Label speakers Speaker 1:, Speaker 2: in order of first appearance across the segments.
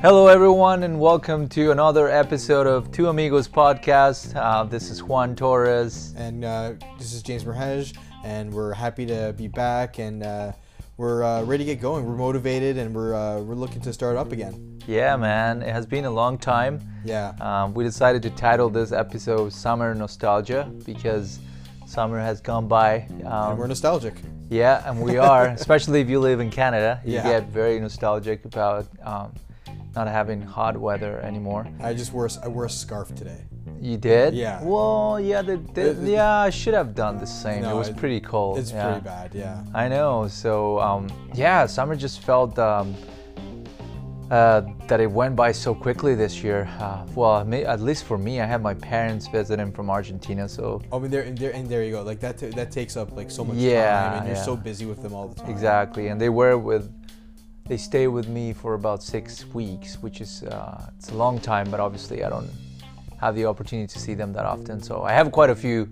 Speaker 1: Hello, everyone, and welcome to another episode of Two Amigos podcast. Uh, this is Juan Torres.
Speaker 2: and uh, this is James Merhej, and we're happy to be back, and uh, we're uh, ready to get going. We're motivated, and we're uh, we're looking to start up again.
Speaker 1: Yeah, man, it has been a long time.
Speaker 2: Yeah,
Speaker 1: Um, we decided to title this episode Summer Nostalgia because summer has gone by.
Speaker 2: and we're
Speaker 1: Um,
Speaker 2: nostalgic.
Speaker 1: yeah, and we are, especially if you live in Canada, you
Speaker 2: Yeah.
Speaker 1: get very nostalgic about um, not having hot weather anymore.
Speaker 2: I just wore a s- I wore a scarf today.
Speaker 1: You did?
Speaker 2: Yeah.
Speaker 1: Well, yeah, the, the-
Speaker 2: It- it-
Speaker 1: yeah, I should have done the same. it
Speaker 2: No,
Speaker 1: was
Speaker 2: it-
Speaker 1: pretty cold.
Speaker 2: It's
Speaker 1: yeah.
Speaker 2: pretty bad. Yeah,
Speaker 1: I know. So um, yeah, summer just felt um, uh, that it went by so quickly this year. Uh, well, I mean, at least for me, I had my parents visiting from Argentina, so
Speaker 2: I mean there Oh, and there and there you go. Like that t- that takes up like so much
Speaker 1: Yeah,
Speaker 2: time, and you're
Speaker 1: yeah.
Speaker 2: so busy with them all the time.
Speaker 1: exactly. And they were with, they stayed with me for about six weeks, which is uh, it's a long time, but obviously I don't have the opportunity to see them that often. So I have quite a few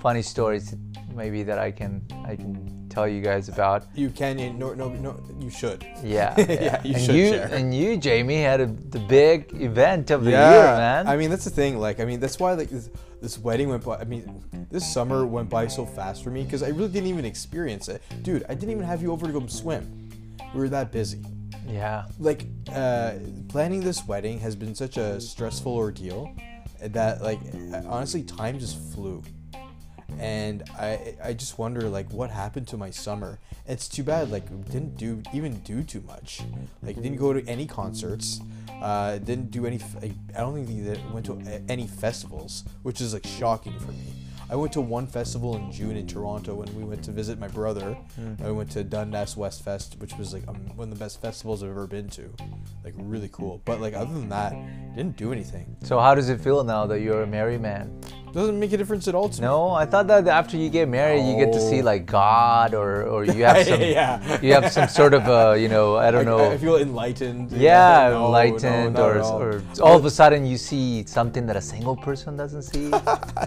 Speaker 1: funny stories, maybe that I can I can tell you guys about.
Speaker 2: You can and no no no. You should.
Speaker 1: Yeah,
Speaker 2: Yeah, you
Speaker 1: and
Speaker 2: should
Speaker 1: you,
Speaker 2: share.
Speaker 1: And you, Jamie, had a, the big event of the year, man.
Speaker 2: I mean, that's the thing. Like, I mean, that's why like this, this wedding went by. I mean, this summer went by so fast for me because I really didn't even experience it, dude. I didn't even have you over to go swim. We were that busy.
Speaker 1: yeah,
Speaker 2: Like, uh, planning this wedding has been such a stressful ordeal that, like, honestly, time just flew. And I, I just wonder like what happened to my summer. It's too bad like didn't do even do too much. Like didn't go to any concerts. Uh, didn't do any. f- Like, I don't think that went to a- any festivals, which is like shocking for me. I went to one festival in June in Toronto when we went to visit my brother.
Speaker 1: Hmm.
Speaker 2: I went to Dundas West Fest, which was like um, one of the best festivals I've ever been to. Like really cool. But like other than that, didn't do anything.
Speaker 1: So how does it feel now that you're a married man?
Speaker 2: Doesn't make a difference at all to me.
Speaker 1: No, I thought that after you get married, you get to see
Speaker 2: No.
Speaker 1: like God, or or you have some,
Speaker 2: Oh. Yeah.
Speaker 1: you have some sort of uh, you know, I don't
Speaker 2: I,
Speaker 1: know.
Speaker 2: I feel enlightened.
Speaker 1: yeah,
Speaker 2: No, no,
Speaker 1: enlightened,
Speaker 2: not
Speaker 1: or,
Speaker 2: at all.
Speaker 1: or all of a sudden you see something that a single person doesn't see.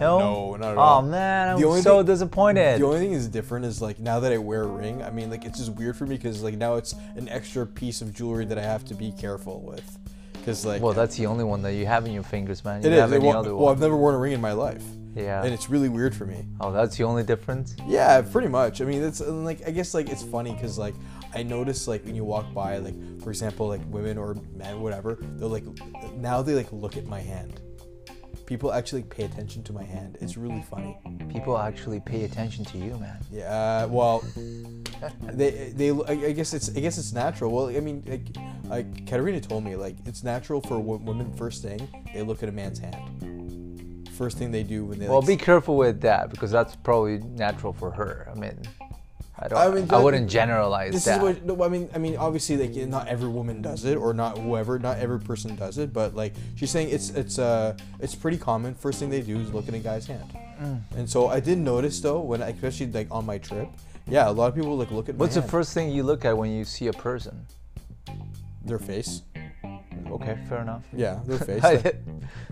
Speaker 1: No,
Speaker 2: No, not at
Speaker 1: Oh
Speaker 2: all.
Speaker 1: man, I'm
Speaker 2: The only
Speaker 1: so
Speaker 2: thing-
Speaker 1: disappointed.
Speaker 2: The only thing is different is like now that I wear a ring, I mean, like it's just weird for me because like now it's an extra piece of jewelry that I have to be careful with, because like
Speaker 1: well, that's the only one that you have in your fingers, man. You
Speaker 2: it
Speaker 1: don't have
Speaker 2: is. It
Speaker 1: any
Speaker 2: won't-
Speaker 1: other
Speaker 2: Well,
Speaker 1: one.
Speaker 2: I've never worn a ring in my life.
Speaker 1: Yeah.
Speaker 2: And it's really weird for me.
Speaker 1: oh, that's the only difference.
Speaker 2: Yeah, pretty much. I mean, that's and, like I guess like it's funny because like I notice like when you walk by like for example like women or men whatever they'll like now they like look at my hand. People actually pay attention to my hand. It's really funny.
Speaker 1: People actually pay attention to you, man.
Speaker 2: Yeah, uh, well, they they I I guess it's I guess it's natural. Well, I mean, like, like Katerina told me, like it's natural for wo- women. First thing they look at a man's hand. First thing they do when they
Speaker 1: Well,
Speaker 2: like,
Speaker 1: be careful with that because that's probably natural for her. I mean, I don't. I,
Speaker 2: I mean, that-
Speaker 1: wouldn't generalize
Speaker 2: This
Speaker 1: that.
Speaker 2: is what no, I mean. I mean, obviously, like not every woman does it, or not whoever, not every person does it. But like she's saying, it's it's uh it's pretty common. First thing they do is look at a guy's hand.
Speaker 1: Mm.
Speaker 2: And so I did notice though when I, especially like on my trip, yeah, a lot of people like look at my
Speaker 1: What's the
Speaker 2: hand,
Speaker 1: first thing you look at when you see a person?
Speaker 2: their face.
Speaker 1: Okay, fair enough.
Speaker 2: Yeah, their face. like,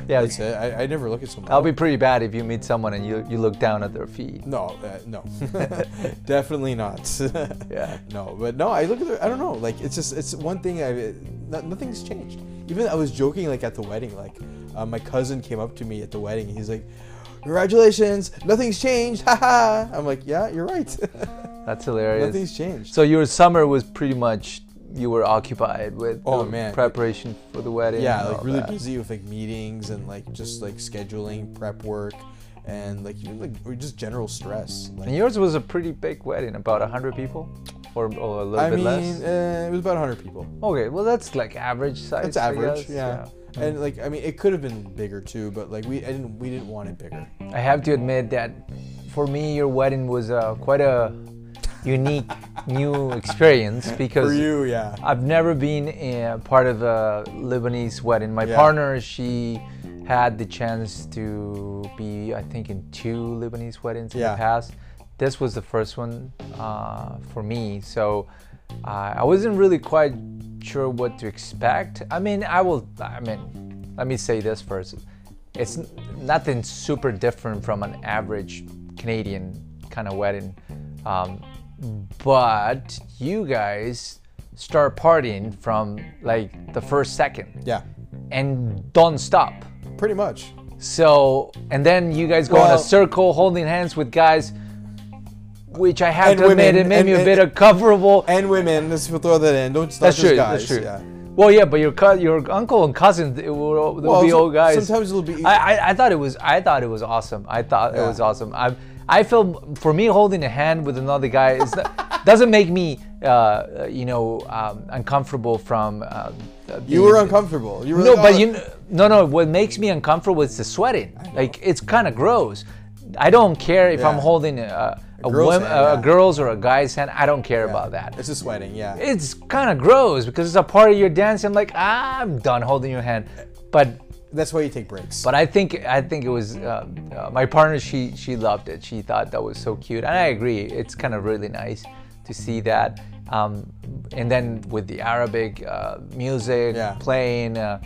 Speaker 1: yeah,
Speaker 2: that's it. uh, I, I never look at someone.
Speaker 1: I'll be pretty bad if you meet someone and you you look down at their feet.
Speaker 2: No, uh, no, definitely not.
Speaker 1: Yeah.
Speaker 2: No, but no, I look at the, I don't know. Like it's just it's one thing. I no, nothing's changed. Even I was joking like at the wedding. Like uh, my cousin came up to me at the wedding. He's like, "Congratulations, nothing's changed." Ha ha. I'm like, "Yeah, you're right.
Speaker 1: That's hilarious.
Speaker 2: nothing's changed."
Speaker 1: So your summer was pretty much you were occupied with
Speaker 2: Oh,
Speaker 1: the
Speaker 2: man.
Speaker 1: preparation for the wedding.
Speaker 2: yeah,
Speaker 1: and
Speaker 2: like
Speaker 1: all
Speaker 2: really
Speaker 1: that.
Speaker 2: busy with like meetings and like just like scheduling, prep work, and like even like or just general stress. Like,
Speaker 1: And yours was a pretty big wedding, about hundred people, or, or a little
Speaker 2: I
Speaker 1: bit
Speaker 2: mean,
Speaker 1: less.
Speaker 2: uh, it was about 100 people.
Speaker 1: Okay, well that's like average size.
Speaker 2: It's
Speaker 1: I
Speaker 2: average,
Speaker 1: guess,
Speaker 2: yeah. And like, I mean, it could have been bigger too, but like, we I didn't we didn't want it bigger.
Speaker 1: I have to admit that for me, your wedding was uh, quite a unique new experience
Speaker 2: For
Speaker 1: because
Speaker 2: you, yeah.
Speaker 1: I've never been a part of a Lebanese wedding. My
Speaker 2: Yeah.
Speaker 1: partner, she had the chance to be, I think, in two Lebanese weddings in
Speaker 2: Yeah.
Speaker 1: the past. This was the first one uh, for me, so uh, I wasn't really quite sure what to expect. I mean, I will. I mean, let me say this first. It's n- nothing super different from an average Canadian kind of wedding. Um, but you guys start partying from like the first second
Speaker 2: Yeah,
Speaker 1: and don't stop.
Speaker 2: pretty much.
Speaker 1: So, and then you guys go in
Speaker 2: Well-
Speaker 1: a circle holding hands with guys, which I have
Speaker 2: And
Speaker 1: to admit,
Speaker 2: women,
Speaker 1: it made
Speaker 2: and-
Speaker 1: me a
Speaker 2: and-
Speaker 1: bit uncomfortable.
Speaker 2: And women, let's throw that in. Don't stop
Speaker 1: that's
Speaker 2: just
Speaker 1: true.
Speaker 2: guys.
Speaker 1: That's true.
Speaker 2: Yeah.
Speaker 1: Well, yeah, but your co- your uncle and cousins, it will, they'll
Speaker 2: Well,
Speaker 1: be
Speaker 2: so-
Speaker 1: old guys.
Speaker 2: sometimes it'll be-
Speaker 1: I, I I thought it was I thought it was awesome. I thought it was
Speaker 2: Yeah.
Speaker 1: awesome. I I feel for me holding a hand with another guy is not, doesn't make me uh, you know um, uncomfortable from. Uh,
Speaker 2: You were uncomfortable. You were
Speaker 1: No,
Speaker 2: like,
Speaker 1: but
Speaker 2: "Oh,
Speaker 1: you kn- no no. What makes me uncomfortable is the sweating. Like it's kind of gross. I don't care if I'm
Speaker 2: Yeah.
Speaker 1: holding a, a,
Speaker 2: girl's
Speaker 1: wom-
Speaker 2: hand,
Speaker 1: a,
Speaker 2: yeah.
Speaker 1: girl's or a guy's hand. I don't care about that
Speaker 2: It's just sweating. Yeah.
Speaker 1: it's kind of gross because it's a part of your dance. I'm like, ah, I'm done holding your hand, but
Speaker 2: That's why you take breaks.
Speaker 1: but I think I think it was uh, uh, my partner. She she loved it. She thought that was so cute, and I agree. It's kind of really nice to see that. Um, and then with the Arabic uh, music
Speaker 2: Yeah.
Speaker 1: playing, uh,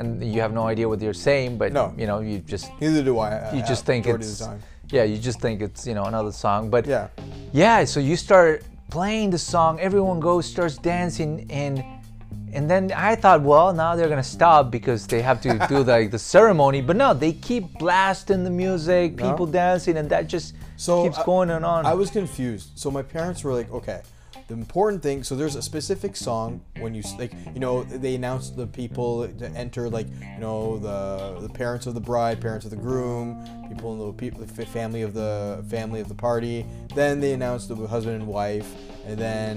Speaker 1: and you have no idea what you're saying, but
Speaker 2: No.
Speaker 1: you know you just
Speaker 2: Neither do I. uh,
Speaker 1: you just think it's
Speaker 2: Time.
Speaker 1: yeah you just think it's you know another song but
Speaker 2: Yeah.
Speaker 1: yeah so you start playing the song everyone goes starts dancing and and then i thought well now they're gonna stop because they have to do like the ceremony but no they keep blasting the music people dancing and that just
Speaker 2: So
Speaker 1: keeps
Speaker 2: I-
Speaker 1: going and on
Speaker 2: I was confused. So my parents were like, okay, the important thing. So there's a specific song when you s- like, you know, they announce the people to enter, like, you know, the the parents of the bride, parents of the groom, people in the people, the fa- family of the family of the party. Then they announce the husband and wife, and then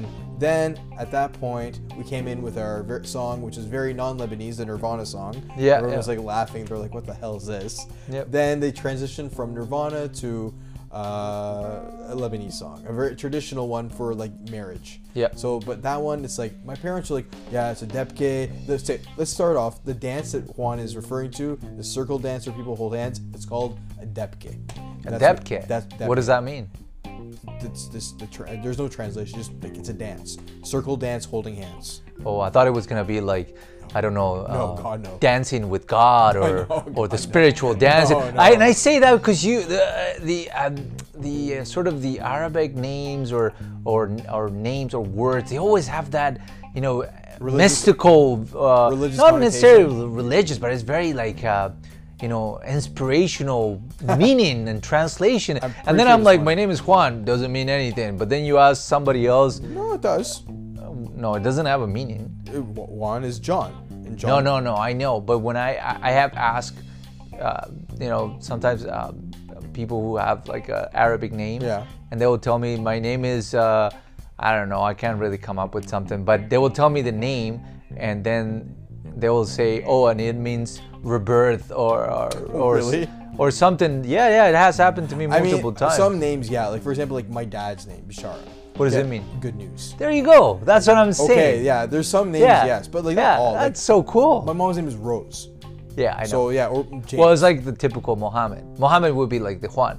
Speaker 2: then at that point we came in with our ver- song, which is very non-Lebanese, the Nirvana song.
Speaker 1: Yeah,
Speaker 2: everyone
Speaker 1: yeah.
Speaker 2: was like laughing. They're like, what the hell is this?
Speaker 1: Yep.
Speaker 2: Then they transitioned from Nirvana to uh, a Lebanese song, a very traditional one for like marriage.
Speaker 1: Yep.
Speaker 2: So, but that one, it's like my parents are like, yeah, it's a depke. Let's say, let's start off the dance that Juan is referring to, the circle dance where people hold hands. It's called a depke. That's what-
Speaker 1: Debke.
Speaker 2: That's
Speaker 1: what does that mean
Speaker 2: That's this. The tra- there's no translation. Just like it's a dance, circle dance, holding hands.
Speaker 1: oh i thought it was gonna be like I don't know,
Speaker 2: No,
Speaker 1: uh,
Speaker 2: God, no.
Speaker 1: dancing with God or
Speaker 2: no,
Speaker 1: or the
Speaker 2: God, no.
Speaker 1: spiritual dance.
Speaker 2: No, no.
Speaker 1: I, and I say that because you the uh, the um, the uh, sort of the Arabic names or or or names or words they always have that you know
Speaker 2: Religious-
Speaker 1: mystical uh,
Speaker 2: religious
Speaker 1: not necessarily religious but it's very like. Uh, you know, inspirational meaning and translation, and then
Speaker 2: sure
Speaker 1: I'm
Speaker 2: it's
Speaker 1: like,
Speaker 2: one.
Speaker 1: my name is Juan, doesn't mean anything. But then you ask somebody else,
Speaker 2: No, it does.
Speaker 1: no, it doesn't have a meaning.
Speaker 2: Uh, Juan is John. And John
Speaker 1: No, no, no. I know, but when I I- I have asked, uh, you know, sometimes um, people who have like an Arabic name,
Speaker 2: Yeah.
Speaker 1: and they will tell me my name is uh, I don't know. I can't really come up with something, but they will tell me the name, and then they will say, oh, and it means rebirth or or or, s-
Speaker 2: Really?
Speaker 1: or something. Yeah, yeah. It has happened to me
Speaker 2: I
Speaker 1: multiple
Speaker 2: mean,
Speaker 1: times.
Speaker 2: some names, yeah. Like for example, like my dad's name, Bishara.
Speaker 1: What does
Speaker 2: Yeah,
Speaker 1: it mean?
Speaker 2: Good news.
Speaker 1: There you go. That's what I'm saying.
Speaker 2: Okay, yeah. There's some names,
Speaker 1: Yeah.
Speaker 2: yes, but like
Speaker 1: yeah,
Speaker 2: not all. Like,
Speaker 1: that's so cool.
Speaker 2: my mom's name is Rose.
Speaker 1: yeah, I know.
Speaker 2: So yeah, or James.
Speaker 1: Well, it's like the typical Mohammed. Mohammed would be like the Juan.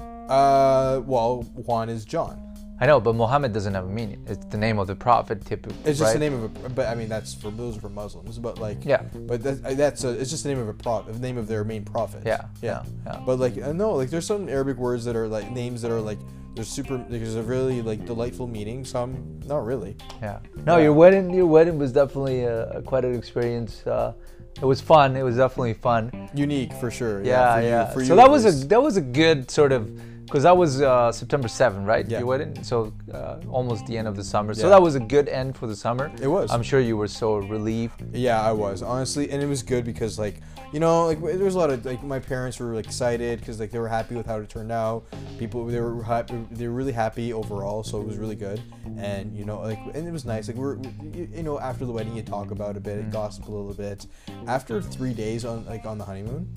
Speaker 2: uh, well, Juan is John.
Speaker 1: I know, but Mohammed doesn't have a meaning. It's the name of the prophet, typically.
Speaker 2: It's
Speaker 1: right?
Speaker 2: just the name of a. But I mean, that's for those are for Muslims. But like,
Speaker 1: Yeah.
Speaker 2: But that, uh, that's a, it's just the name of a prop, the name of their main prophet.
Speaker 1: Yeah,
Speaker 2: yeah.
Speaker 1: yeah, yeah.
Speaker 2: But like, uh, no, like there's some Arabic words that are like names that are like they're super. Like, there's a really like delightful meaning. Some not really.
Speaker 1: Yeah. No, your wedding, your wedding was definitely a, a quite an experience. Uh, it was fun. It was definitely fun.
Speaker 2: Unique for sure.
Speaker 1: Yeah, yeah.
Speaker 2: for you- for you
Speaker 1: so
Speaker 2: at
Speaker 1: that was
Speaker 2: least.
Speaker 1: a that was a good sort of because that was uh, September 7, right?
Speaker 2: Yeah.
Speaker 1: Your wedding. So uh, almost the end of the summer. So
Speaker 2: Yeah.
Speaker 1: that was a good end for the summer.
Speaker 2: It was.
Speaker 1: I'm sure you were so relieved.
Speaker 2: Yeah, I was honestly, and it was good because like you know like there was a lot of like my parents were excited because like they were happy with how it turned out. People they were happy, they were really happy overall, so it was really good. And you know like and it was nice. Like we're you you know after the wedding you talk about a bit, and gossip a little bit. After three days on like on the honeymoon,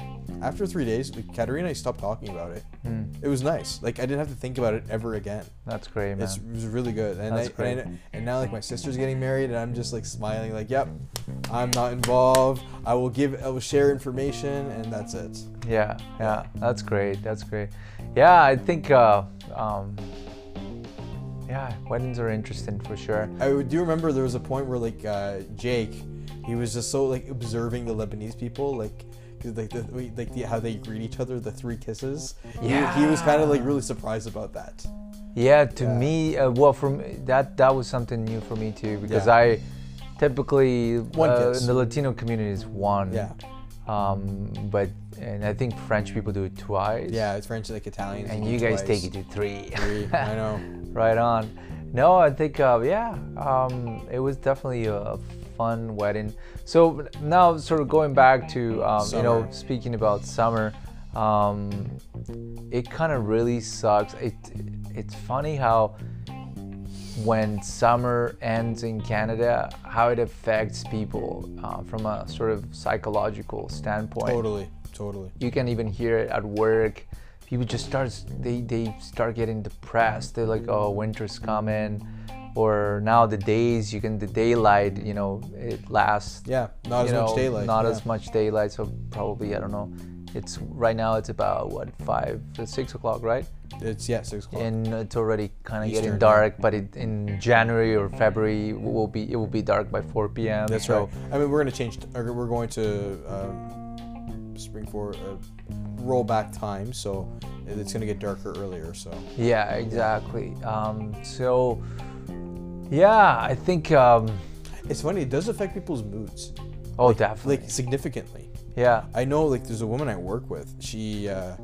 Speaker 2: after three days, like, Katerina and I stopped talking about it. It was nice. Like I didn't have to think about it ever again.
Speaker 1: That's great, man.
Speaker 2: It's, it was really good, and
Speaker 1: That's
Speaker 2: I, and, I- and now like my sister's getting married, and I'm just like smiling, like, "Yep, I'm not involved. I will give, I will share information, and that's it."
Speaker 1: Yeah, yeah, that's great. That's great. Yeah, I think. Uh, um, yeah, weddings are interesting for sure.
Speaker 2: I would- do remember there was a point where like uh, Jake, he was just so like observing the Lebanese people, like. 'cause, Like the we- like the, how they greet each other, the three kisses. He- he was kind of like really surprised about that.
Speaker 1: Yeah, to
Speaker 2: Yeah.
Speaker 1: me, uh, well, for me, that that was something new for me too because
Speaker 2: Yeah.
Speaker 1: I typically
Speaker 2: One
Speaker 1: uh,
Speaker 2: kiss.
Speaker 1: in the Latino community is one.
Speaker 2: Yeah.
Speaker 1: Um, but and I think French people do it twice.
Speaker 2: Yeah, it's French like Italian.
Speaker 1: And you guys take it to three.
Speaker 2: I know.
Speaker 1: right on. No, I think uh, yeah, um, it was definitely a a fun wedding. So now, sort of going back to um, you know
Speaker 2: Summer.
Speaker 1: speaking about summer, um, it kind of really sucks. It it's funny how when summer ends in Canada, how it affects people uh, from a sort of psychological standpoint
Speaker 2: Totally. Totally.
Speaker 1: you can even hear it at work people just start they, they start getting depressed they're like oh winter's coming or now the days you can the daylight you know it lasts
Speaker 2: Yeah. Not
Speaker 1: you
Speaker 2: as
Speaker 1: know,
Speaker 2: much daylight.
Speaker 1: not
Speaker 2: yeah.
Speaker 1: as much daylight so probably i don't know it's right now it's about what five six o'clock right
Speaker 2: It's yeah, six o'clock.
Speaker 1: and it's already kind of
Speaker 2: Eastern,
Speaker 1: getting
Speaker 2: yeah.
Speaker 1: dark but it, in january or february it will be it will be dark by 4 p.m
Speaker 2: That's
Speaker 1: so
Speaker 2: right. I mean, we're gonna change. T- or we're going to um, spring forward, uh, roll back time, so it's gonna get darker earlier. So
Speaker 1: Yeah, exactly. Um, so, yeah, I think. Um,
Speaker 2: it's funny. It does affect people's moods,
Speaker 1: oh, definitely.
Speaker 2: like significantly.
Speaker 1: yeah,
Speaker 2: I know, like, there's a woman I work with. She uh,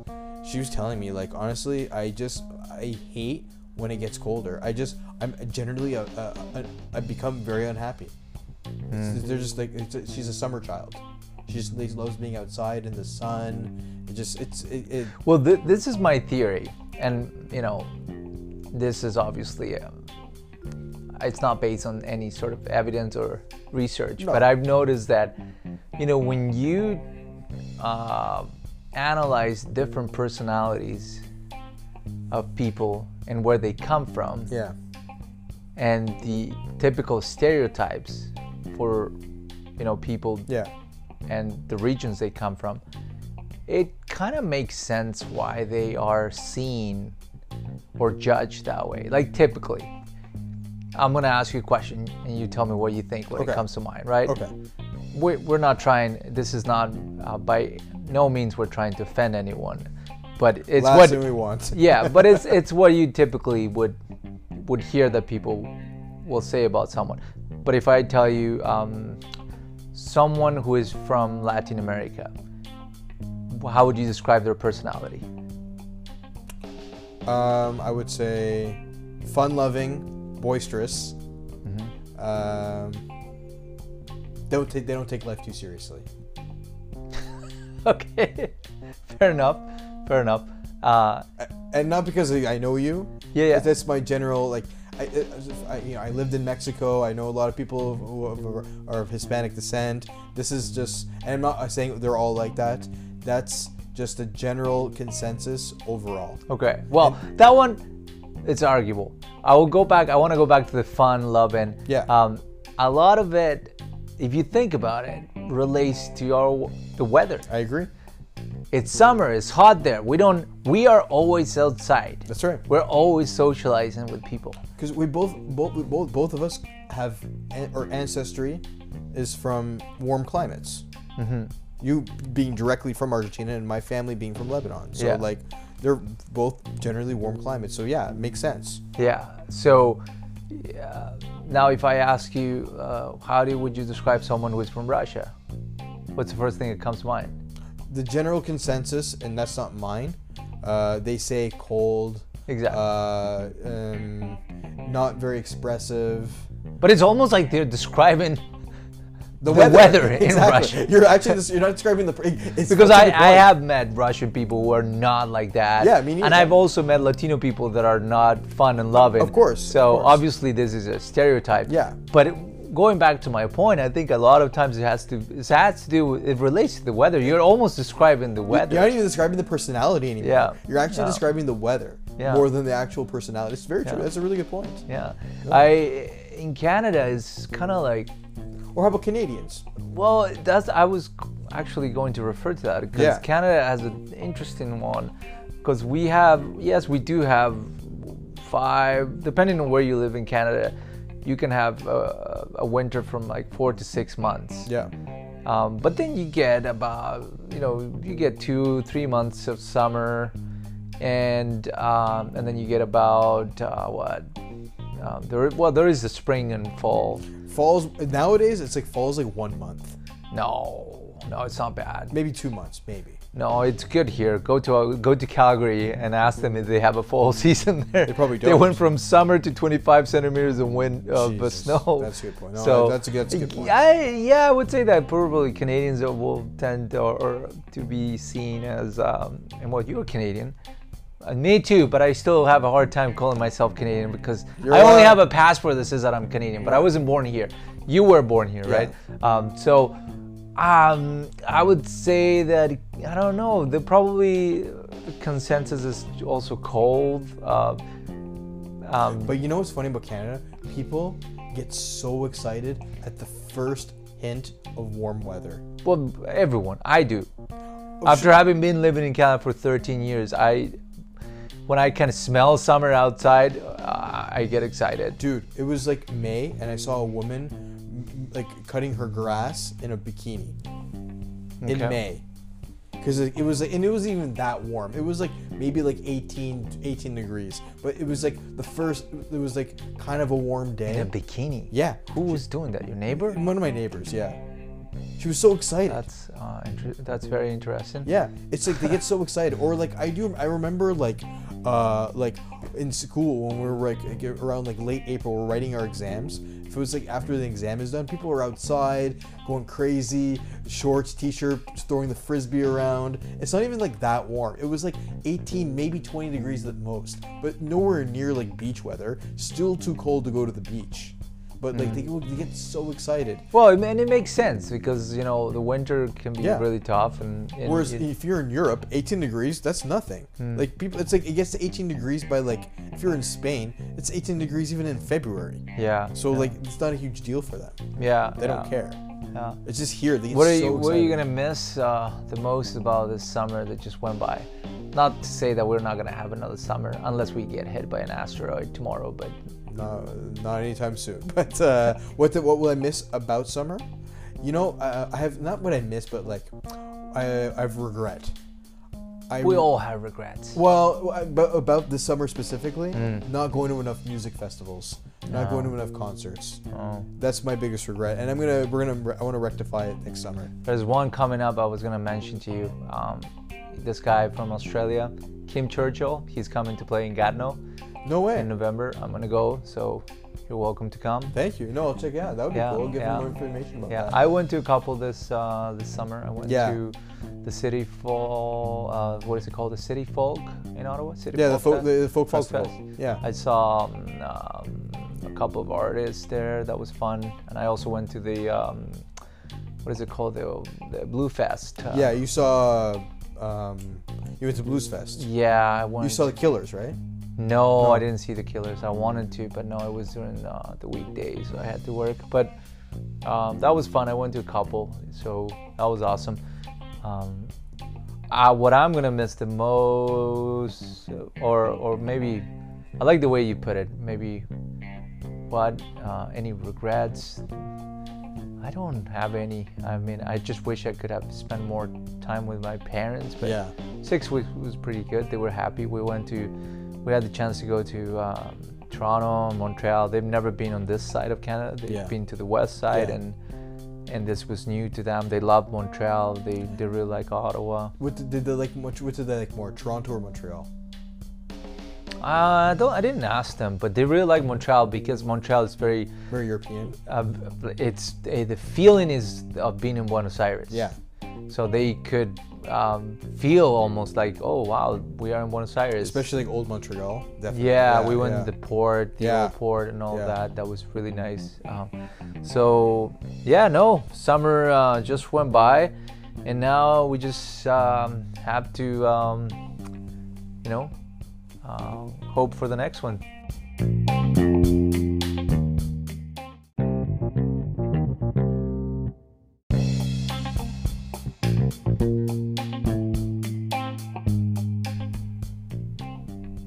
Speaker 2: she was telling me, like, honestly, I just I hate when it gets colder. I just I'm generally a, a, a, I become very unhappy. It's- They're just like it's a, she's a summer child. She just like, loves being outside in the sun. It just it's it, it
Speaker 1: Well, th- this is my theory, and you know, this is obviously um, it's not based on any sort of evidence or research,
Speaker 2: No.
Speaker 1: but I've noticed that you know when you uh, analyze different personalities of people and where they come from,
Speaker 2: yeah
Speaker 1: and the typical stereotypes for you know people
Speaker 2: yeah
Speaker 1: and the regions they come from, it kind of makes sense why they are seen or judged that way. Like typically, I'm gonna ask you a question and you tell me what you think when
Speaker 2: Okay.
Speaker 1: it comes to mine, right?
Speaker 2: okay
Speaker 1: We're, we're not trying. This is not uh, by no means we're trying to offend anyone, but it's
Speaker 2: last
Speaker 1: what
Speaker 2: thing we want
Speaker 1: yeah but it's it's what you typically would would hear that people will say about someone but if i tell you um, someone who is from latin america how would you describe their personality
Speaker 2: um I would say fun loving boisterous Mm-hmm. um don't take they don't take life too seriously
Speaker 1: okay fair enough fair enough uh,
Speaker 2: and not because I I know you.
Speaker 1: Yeah, yeah.
Speaker 2: but That's my general like. I, I, I- you know, I lived in Mexico. I know a lot of people who are- are of Hispanic descent. This is just, and I'm not saying they're all like that. That's just a general consensus overall.
Speaker 1: okay well that one it's arguable i will go back i want to go back to the fun love and
Speaker 2: Yeah.
Speaker 1: um, a lot of it if you think about it relates to our the weather
Speaker 2: I agree.
Speaker 1: It's summer, it's hot there. We don't we are always outside.
Speaker 2: That's right.
Speaker 1: We're always socializing with people.
Speaker 2: Because we both, both, we both, both of us have, an- our ancestry is from warm climates. Mm-hmm. You being directly from Argentina and my family being from Lebanon. So
Speaker 1: Yeah.
Speaker 2: like, they're both generally warm climates. So yeah, it makes sense.
Speaker 1: Yeah. So yeah. now if I ask you uh, how do would you describe someone who is from Russia? What's the first thing that comes to mind?
Speaker 2: the general consensus, and that's not mine. Uh, they say cold.
Speaker 1: Exactly.
Speaker 2: Uh, um, not very expressive.
Speaker 1: But it's almost like they're describing the weather, in Russia.
Speaker 2: You're actually just, you're not describing the. It's
Speaker 1: Because
Speaker 2: such a
Speaker 1: I,
Speaker 2: good
Speaker 1: I
Speaker 2: point.
Speaker 1: have met Russian people who are not like that.
Speaker 2: Yeah, me neither.
Speaker 1: And I've also met Latino people that are not fun and loving.
Speaker 2: Of course,
Speaker 1: So
Speaker 2: of course.
Speaker 1: obviously this is a stereotype.
Speaker 2: Yeah.
Speaker 1: But it, going back to my point, I think a lot of times it has to it has to do with- it relates to the weather. You're almost describing the weather.
Speaker 2: You're not even describing the personality anymore.
Speaker 1: Yeah.
Speaker 2: You're actually
Speaker 1: Yeah.
Speaker 2: describing the weather
Speaker 1: Yeah.
Speaker 2: more than the actual personality. It's very true.
Speaker 1: Yeah.
Speaker 2: That's a really good point.
Speaker 1: Yeah. I in Canada it's kind of like
Speaker 2: Or how about Canadians?
Speaker 1: Well, that's I was actually going to refer to that because
Speaker 2: Yeah.
Speaker 1: Canada has an interesting one because we have yes we do have five depending on where you live in Canada you can have a, a winter from like four to six months
Speaker 2: Yeah.
Speaker 1: um, but then you get about you know you get two three months of summer and um, and then you get about uh, what um, there well there is the spring and fall.
Speaker 2: Falls nowadays it's like falls like one month,
Speaker 1: No, no, it's not bad.
Speaker 2: maybe two months, maybe.
Speaker 1: No, it's good here. Go to uh, go to Calgary and ask them if they have a fall season there. They
Speaker 2: probably
Speaker 1: They
Speaker 2: don't.
Speaker 1: went from summer to 25 centimeters of wind of uh,
Speaker 2: Jesus,
Speaker 1: snow.
Speaker 2: that's a good point. No,
Speaker 1: so
Speaker 2: that's a good- that's a good point.
Speaker 1: I, yeah, I would say that probably Canadians will tend or, or to be seen as um, and well, you're Canadian. Uh, me too, but I still have a hard time calling myself Canadian because
Speaker 2: You're
Speaker 1: I only
Speaker 2: a-
Speaker 1: have a passport that says that I'm Canadian, but I wasn't born here. You were born here,
Speaker 2: Yeah.
Speaker 1: right? Um, so um, I would say that I don't know. The probably consensus is also cold. Uh, um,
Speaker 2: But you know what's funny about Canada? People get so excited at the first hint of warm weather.
Speaker 1: well, everyone, I do.
Speaker 2: Oh,
Speaker 1: After having been living in Canada for 13 years, I when I kind of smell summer outside, uh, I get excited.
Speaker 2: Dude, it was like May, and I saw a woman m- like cutting her grass in a bikini in
Speaker 1: Okay.
Speaker 2: May. Because it it was like, and it wasn't even that warm. It was like maybe like 18, 18 degrees. But it was like the first, it was like kind of a warm day.
Speaker 1: In a bikini.
Speaker 2: Yeah.
Speaker 1: Who was doing that? Your neighbor?
Speaker 2: One of my neighbors, yeah. She was so excited.
Speaker 1: That's uh, inter- that's very interesting.
Speaker 2: Yeah, it's like they get so excited, or like I do. I remember like, uh, like in school when we were like like, around like late April, we're writing our exams. If it was like after the exam is done, people are outside going crazy, shorts, t-shirt, throwing the frisbee around. It's not even like that warm. It was like 18, maybe 20 degrees at most, but nowhere near like beach weather. Still too cold to go to the beach. But like they, they get so excited.
Speaker 1: Well, I mean, it makes sense because you know the winter can be
Speaker 2: Yeah.
Speaker 1: really tough, and, and
Speaker 2: Whereas
Speaker 1: it-
Speaker 2: if you're in Europe, 18 degrees, that's nothing.
Speaker 1: Hmm.
Speaker 2: Like people, it's like it gets to 18 degrees by like if you're in Spain, it's 18 degrees even in February.
Speaker 1: yeah,
Speaker 2: So like it's not a huge deal for them.
Speaker 1: yeah,
Speaker 2: They don't care.
Speaker 1: Yeah.
Speaker 2: It's just here. They get
Speaker 1: What are
Speaker 2: so
Speaker 1: you What are you
Speaker 2: excited.
Speaker 1: gonna miss uh, the most about this summer that just went by? Not to say that we're not gonna have another summer unless we get hit by an asteroid tomorrow, but
Speaker 2: No, not anytime soon. But uh, what the, what will I miss about summer? You know, uh, I have not what I miss, but like I I've regret. I
Speaker 1: we all have regrets.
Speaker 2: Well, I- but about this summer specifically,
Speaker 1: Mm.
Speaker 2: not going to enough music festivals, not going to enough concerts.
Speaker 1: Oh.
Speaker 2: That's my biggest regret, and I'm gonna we're gonna re- I want to rectify it next summer.
Speaker 1: There's one coming up I was gonna mention to you. Um, this guy from Australia, Kim Churchill, he's coming to play in Gatineau
Speaker 2: No way.
Speaker 1: in November. I'm gonna go, so you're welcome to come.
Speaker 2: Thank you. No, I'll check it out. That would be
Speaker 1: Yeah,
Speaker 2: cool. I'll give
Speaker 1: yeah.
Speaker 2: them more information about
Speaker 1: Yeah,
Speaker 2: that.
Speaker 1: I went to a couple this uh, this summer. I went
Speaker 2: Yeah.
Speaker 1: to the City Fall. Uh, what is it called? The City Folk in Ottawa. City
Speaker 2: yeah, the
Speaker 1: Folk
Speaker 2: folk,
Speaker 1: Fest?
Speaker 2: the, the folk, festival.
Speaker 1: Fest.
Speaker 2: Yeah.
Speaker 1: I saw um, um, a couple of artists there. That was fun. And I also went to the um, what is it called? The, the Blue Fest. Uh,
Speaker 2: yeah, you saw. Um, you went to Blues Fest.
Speaker 1: Yeah, I
Speaker 2: You
Speaker 1: wanted.
Speaker 2: saw the Killers, right?
Speaker 1: no, I didn't see the Killers. I wanted to, but no, it was during uh, the weekdays, so I had to work. But um, that was fun. I went to a couple, so that was awesome. Um, uh, what I'm gonna miss the most, or or maybe, I like the way you put it. Maybe, what? Uh, any regrets? I don't have any. I mean, I just wish I could have spent more time with my parents. But
Speaker 2: Yeah.
Speaker 1: six weeks was pretty good. They were happy. We went to, we had the chance to go to um, Toronto, Montreal. They've never been on this side of Canada. They've
Speaker 2: Yeah.
Speaker 1: been to the west side,
Speaker 2: Yeah.
Speaker 1: and and this was new to them. They love Montreal. They they really like Ottawa.
Speaker 2: What did, did they like? Much? What did they like more, Toronto or Montreal?
Speaker 1: Uh, I don't. I didn't ask them, but they really like Montreal because Montreal is very.
Speaker 2: Very European.
Speaker 1: Uh, it's eh, the feeling is of being in Buenos Aires.
Speaker 2: Yeah.
Speaker 1: So they could um, feel almost like, oh wow, we are in Buenos Aires.
Speaker 2: Especially like old Montreal. Definitely.
Speaker 1: Yeah, we went
Speaker 2: yeah.
Speaker 1: to the port, the
Speaker 2: Yeah.
Speaker 1: old port, and all
Speaker 2: Yeah.
Speaker 1: that. That was really nice. Um, so, yeah, no, summer uh, just went by, and now we just um, have to, um, you know, uh, hope for the next one.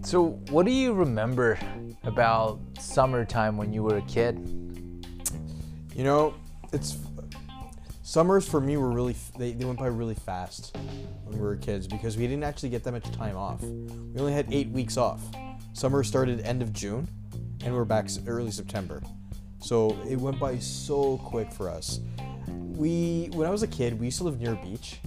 Speaker 1: So, what do you remember about summertime when you were a kid?
Speaker 2: You know, it's summers for me were really f- they, they went by really fast when we were kids because we didn't actually get that much time off. We only had eight weeks off. Summer started end of June, and we we're back s- early September. So it went by so quick for us. We when I was a kid, we used to live near a beach,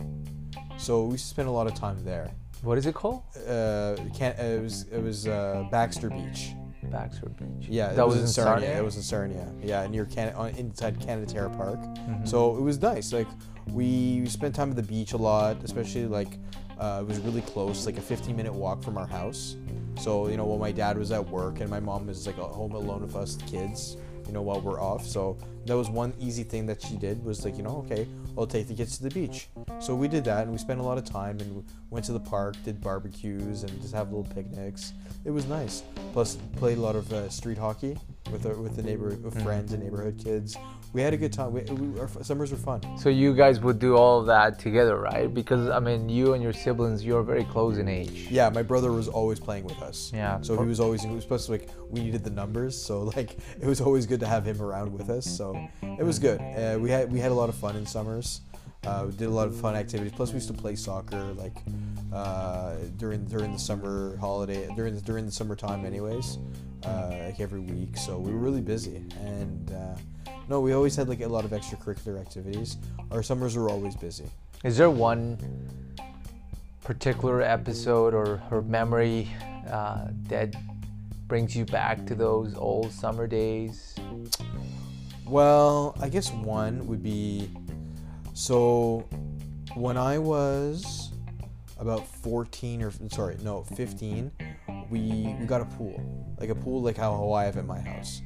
Speaker 2: so we used to spend a lot of time there.
Speaker 1: What is it called?
Speaker 2: Uh, can't, uh, it was it was uh, Baxter Beach.
Speaker 1: Baxter Beach.
Speaker 2: Yeah,
Speaker 1: that was, in Sarnia.
Speaker 2: It was in Sarnia. Yeah, near Can- on, inside Canada Terra Park.
Speaker 1: Mm-hmm.
Speaker 2: So it was nice. Like we spent time at the beach a lot, especially like uh, it was really close, like a 15 minute walk from our house. So you know, while my dad was at work and my mom was like at home alone with us kids, you know, while we're off. So that was one easy thing that she did was like, you know, okay, I'll take the kids to the beach. So we did that and we spent a lot of time and we went to the park, did barbecues and just have little picnics. It was nice. Plus, played a lot of uh, street hockey with our, with the neighborhood with friends and neighborhood kids. We had a good time. We, we, our f- summers were fun.
Speaker 1: So you guys would do all of that together, right? Because I mean, you and your siblings, you're very close in age.
Speaker 2: Yeah, my brother was always playing with us.
Speaker 1: Yeah.
Speaker 2: So he was always he was supposed to like we needed the numbers, so like it was always good to have him around with us. So it was good. Uh, we had we had a lot of fun in summers. Uh, we did a lot of fun activities. Plus, we used to play soccer like uh, during during the summer holiday during the, during the summertime, anyways, uh, like every week. So we were really busy, and uh, no, we always had like a lot of extracurricular activities. Our summers were always busy.
Speaker 1: Is there one particular episode or, or memory uh, that brings you back to those old summer days?
Speaker 2: Well, I guess one would be so when I was about 14 or sorry, no, 15, we we got a pool. Like a pool like how how I have at my house.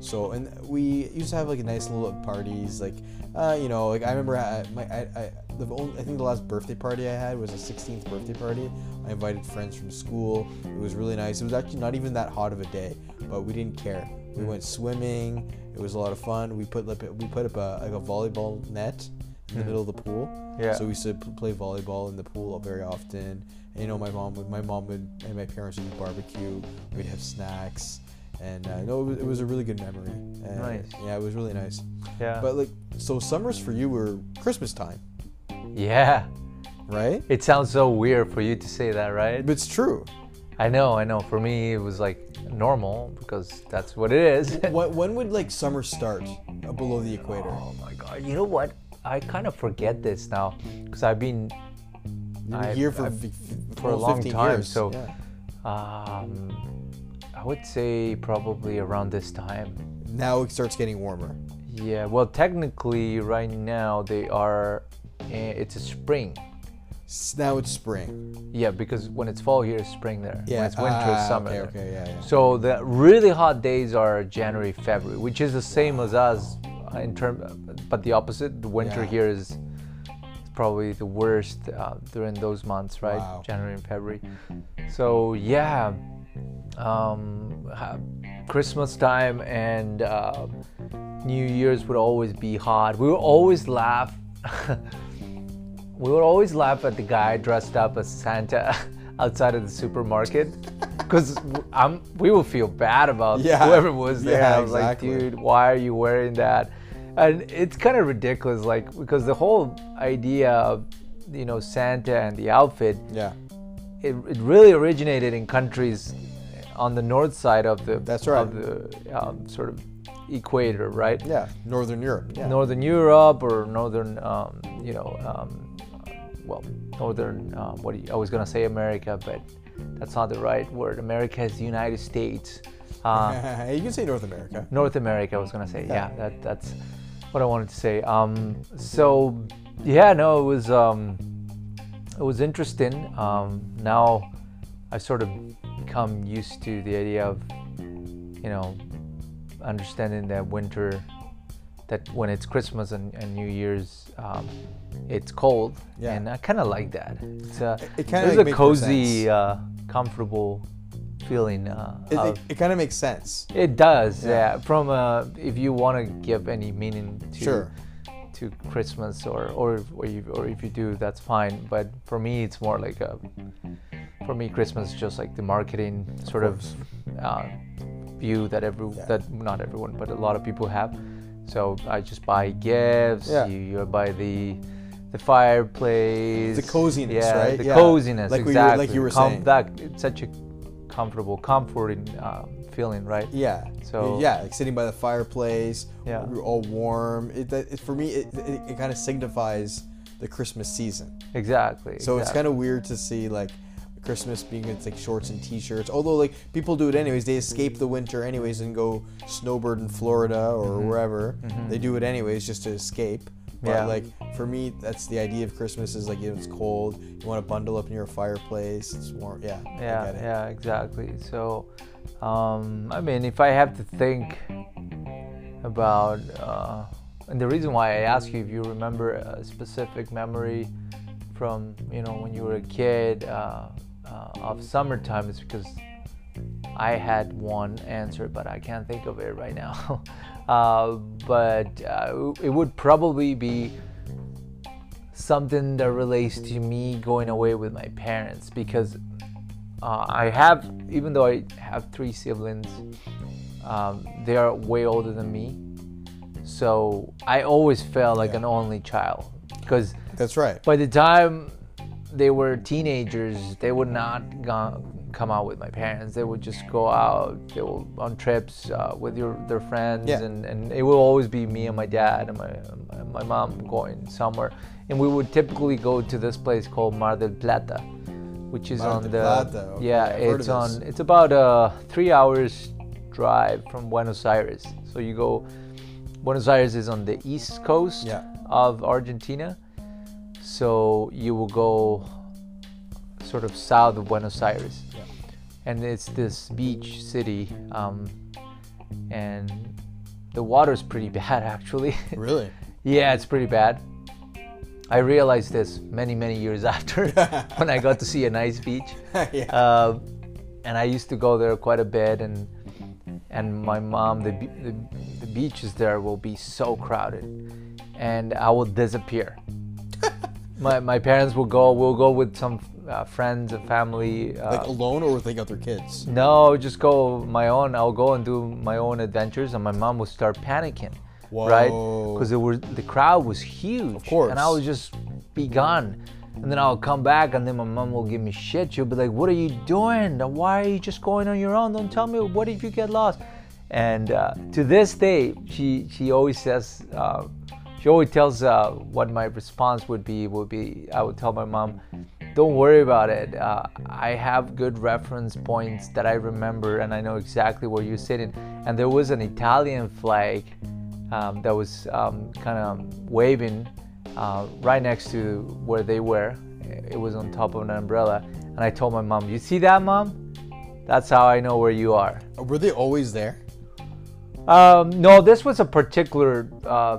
Speaker 2: So and we used to have like nice little parties like uh, you know, like I remember I, my I, I the only, I think the last birthday party I had was a 16th birthday party. I invited friends from school. It was really nice. It was actually not even that hot of a day, but we didn't care. We went swimming. It was a lot of fun. We put like, we put up a, like a volleyball net in the middle of the pool.
Speaker 1: Yeah.
Speaker 2: So we used to p- play volleyball in the pool very often. And, you know, my mom would, my mom would, and my parents would barbecue. We'd have snacks, and uh, no, it was, it was a really good memory. And,
Speaker 1: Nice.
Speaker 2: Yeah, it was really nice.
Speaker 1: Yeah.
Speaker 2: But like, so summers for you were Christmas time,
Speaker 1: yeah.
Speaker 2: right?
Speaker 1: It sounds so weird for you to say that, right?
Speaker 2: But it's true.
Speaker 1: I know, I know. For me, it was like normal because that's what it is.
Speaker 2: When, when would like summer start uh, below the equator?
Speaker 1: oh my god. You know what? I kind of forget this now because I've been
Speaker 2: You've been
Speaker 1: I've-
Speaker 2: here for,
Speaker 1: I've-
Speaker 2: f- f-
Speaker 1: for a
Speaker 2: almost
Speaker 1: long
Speaker 2: 15
Speaker 1: time,
Speaker 2: years.
Speaker 1: so-
Speaker 2: Yeah.
Speaker 1: Um, I would say probably around this time.
Speaker 2: now it starts getting warmer.
Speaker 1: Yeah, well, technically, right now they are. eh, It's a spring.
Speaker 2: S- Now it's spring.
Speaker 1: Yeah, because when it's fall here, it's spring there.
Speaker 2: Yeah,
Speaker 1: When it's winter,
Speaker 2: ah,
Speaker 1: it's summer.
Speaker 2: okay,
Speaker 1: there.
Speaker 2: okay, yeah, yeah.
Speaker 1: So the really hot days are January, February, which is the same as us uh, in term, but the opposite. The winter
Speaker 2: Yeah.
Speaker 1: here is is probably the worst uh, during those months, right?
Speaker 2: Wow.
Speaker 1: January and February. So yeah, um, ha- Christmas time and uh, New Year's would always be hot. We would always laugh. we would always laugh at the guy dressed up as Santa outside of the supermarket. Because I'm, we would feel bad about
Speaker 2: Yeah.
Speaker 1: whoever was there.
Speaker 2: Yeah,
Speaker 1: I was
Speaker 2: exactly.
Speaker 1: like, dude, why are you wearing that? And it's kind of ridiculous, like because the whole idea of, you know, Santa and the outfit
Speaker 2: Yeah.
Speaker 1: it, it really originated in countries on the north side of the
Speaker 2: That's right.
Speaker 1: of the um, sort of equator, right?
Speaker 2: Yeah. Northern Europe. Yeah.
Speaker 1: Northern Europe or northern, um, you know, um, well, northern. Um, what do you, I was gonna say America, but that's not the right word. America is the United States. Uh,
Speaker 2: you can say North America.
Speaker 1: North America, I was gonna say. Yeah, that, that's what I wanted to say. Um, so, yeah, no, it was um, it was interesting. Um, now, I've sort of become used to the idea of, you know, understanding that winter, that when it's Christmas and, and New Year's, um, it's cold,
Speaker 2: Yeah.
Speaker 1: and I kind of like that. It's a,
Speaker 2: It kinda,
Speaker 1: it's
Speaker 2: like,
Speaker 1: a
Speaker 2: makes more sense.
Speaker 1: cozy, uh, comfortable feeling uh,
Speaker 2: It,
Speaker 1: of
Speaker 2: it, it kind of makes sense.
Speaker 1: it does,
Speaker 2: Yeah.
Speaker 1: yeah. From uh, if you want to give any meaning to
Speaker 2: Sure.
Speaker 1: to Christmas, or or or, you, or if you do, that's fine. But for me, it's more like a for me Christmas is just like the marketing sort of uh, view that every
Speaker 2: Yeah.
Speaker 1: that not everyone, but a lot of people have. So I just buy gifts.
Speaker 2: Yeah.
Speaker 1: You, you buy the the fireplace.
Speaker 2: The coziness,
Speaker 1: yeah,
Speaker 2: right?
Speaker 1: The
Speaker 2: Yeah.
Speaker 1: coziness,
Speaker 2: Like we were-
Speaker 1: exactly.
Speaker 2: like you were saying.
Speaker 1: That it's such a comfortable, comforting uh, feeling, right?
Speaker 2: Yeah.
Speaker 1: So-
Speaker 2: yeah, like sitting by the fireplace,
Speaker 1: Yeah.
Speaker 2: we're all warm. It, that- it for me, it, it, it kind of signifies the Christmas season.
Speaker 1: Exactly.
Speaker 2: So it's kind of weird to see like Christmas being it's like shorts and t-shirts. Although like people do it anyways. They escape the winter anyways and go snowbird in Florida or wherever. They do it anyways just to escape. But
Speaker 1: Mm-hmm. Yeah.
Speaker 2: like for me, that's the idea of Christmas is like you know, it's cold. You want to bundle up near a fireplace. It's warm. Yeah. I
Speaker 1: yeah
Speaker 2: get it.
Speaker 1: yeah exactly so um, i mean if i have to think about uh, and the reason why i ask you if you remember a specific memory from you know when you were a kid uh, uh, of summertime is because i had one answer but i can't think of it right now uh, but uh, it would probably be something that relates to me going away with my parents because uh, I have, even though I have three siblings, um, they are way older than me. So I always felt like
Speaker 2: Yeah.
Speaker 1: an only child because
Speaker 2: That's right.
Speaker 1: by the time they were teenagers, they would not go, come out with my parents. They would just go out they will, on trips uh, with your, their friends,
Speaker 2: Yeah.
Speaker 1: and, and it would always be me and my dad and my, and my mom going somewhere. And we would typically go to this place called Mar del Plata, which is
Speaker 2: Mar
Speaker 1: on
Speaker 2: del
Speaker 1: the
Speaker 2: Plata, okay,
Speaker 1: yeah,
Speaker 2: I've heard
Speaker 1: it's
Speaker 2: of
Speaker 1: on
Speaker 2: this.
Speaker 1: it's about a three hours drive from Buenos Aires. So you go. Buenos Aires is on the east coast
Speaker 2: Yeah.
Speaker 1: of Argentina, so you will go sort of south of Buenos Aires,
Speaker 2: Yeah.
Speaker 1: and it's this beach city, um, and the water's pretty bad actually.
Speaker 2: Really?
Speaker 1: yeah, it's pretty bad. I realized this many many years after when I got to see a nice beach.
Speaker 2: yeah.
Speaker 1: Uh, and I used to go there quite a bit, and and my mom, the, be- the the beaches there will be so crowded, and I will disappear. my my parents will go. We'll go with some uh, friends and family. Uh,
Speaker 2: Like alone or with like other kids?
Speaker 1: no, just go my own. I'll go and do my own adventures, and my mom would start panicking, right?
Speaker 2: Whoa.
Speaker 1: Because it was the crowd was huge, of
Speaker 2: course.
Speaker 1: and I would just be gone. And then I'll come back, and then my mom will give me shit. She'll be like, "What are you doing? Why are you just going on your own? Don't tell me. What if you get lost?" And uh, to this day, she she always says, uh, she always tells uh, what my response would be. Would be I would tell my mom, "Don't worry about it. Uh, I have good reference points that I remember, and I know exactly where you're sitting." And there was an Italian flag um, that was um, kind of waving uh, right next to where they were. It was on top of an umbrella. And I told my mom, You see that, mom? That's how I know where you are.
Speaker 2: Uh, Were they always there?
Speaker 1: Um, no, this was a particular uh,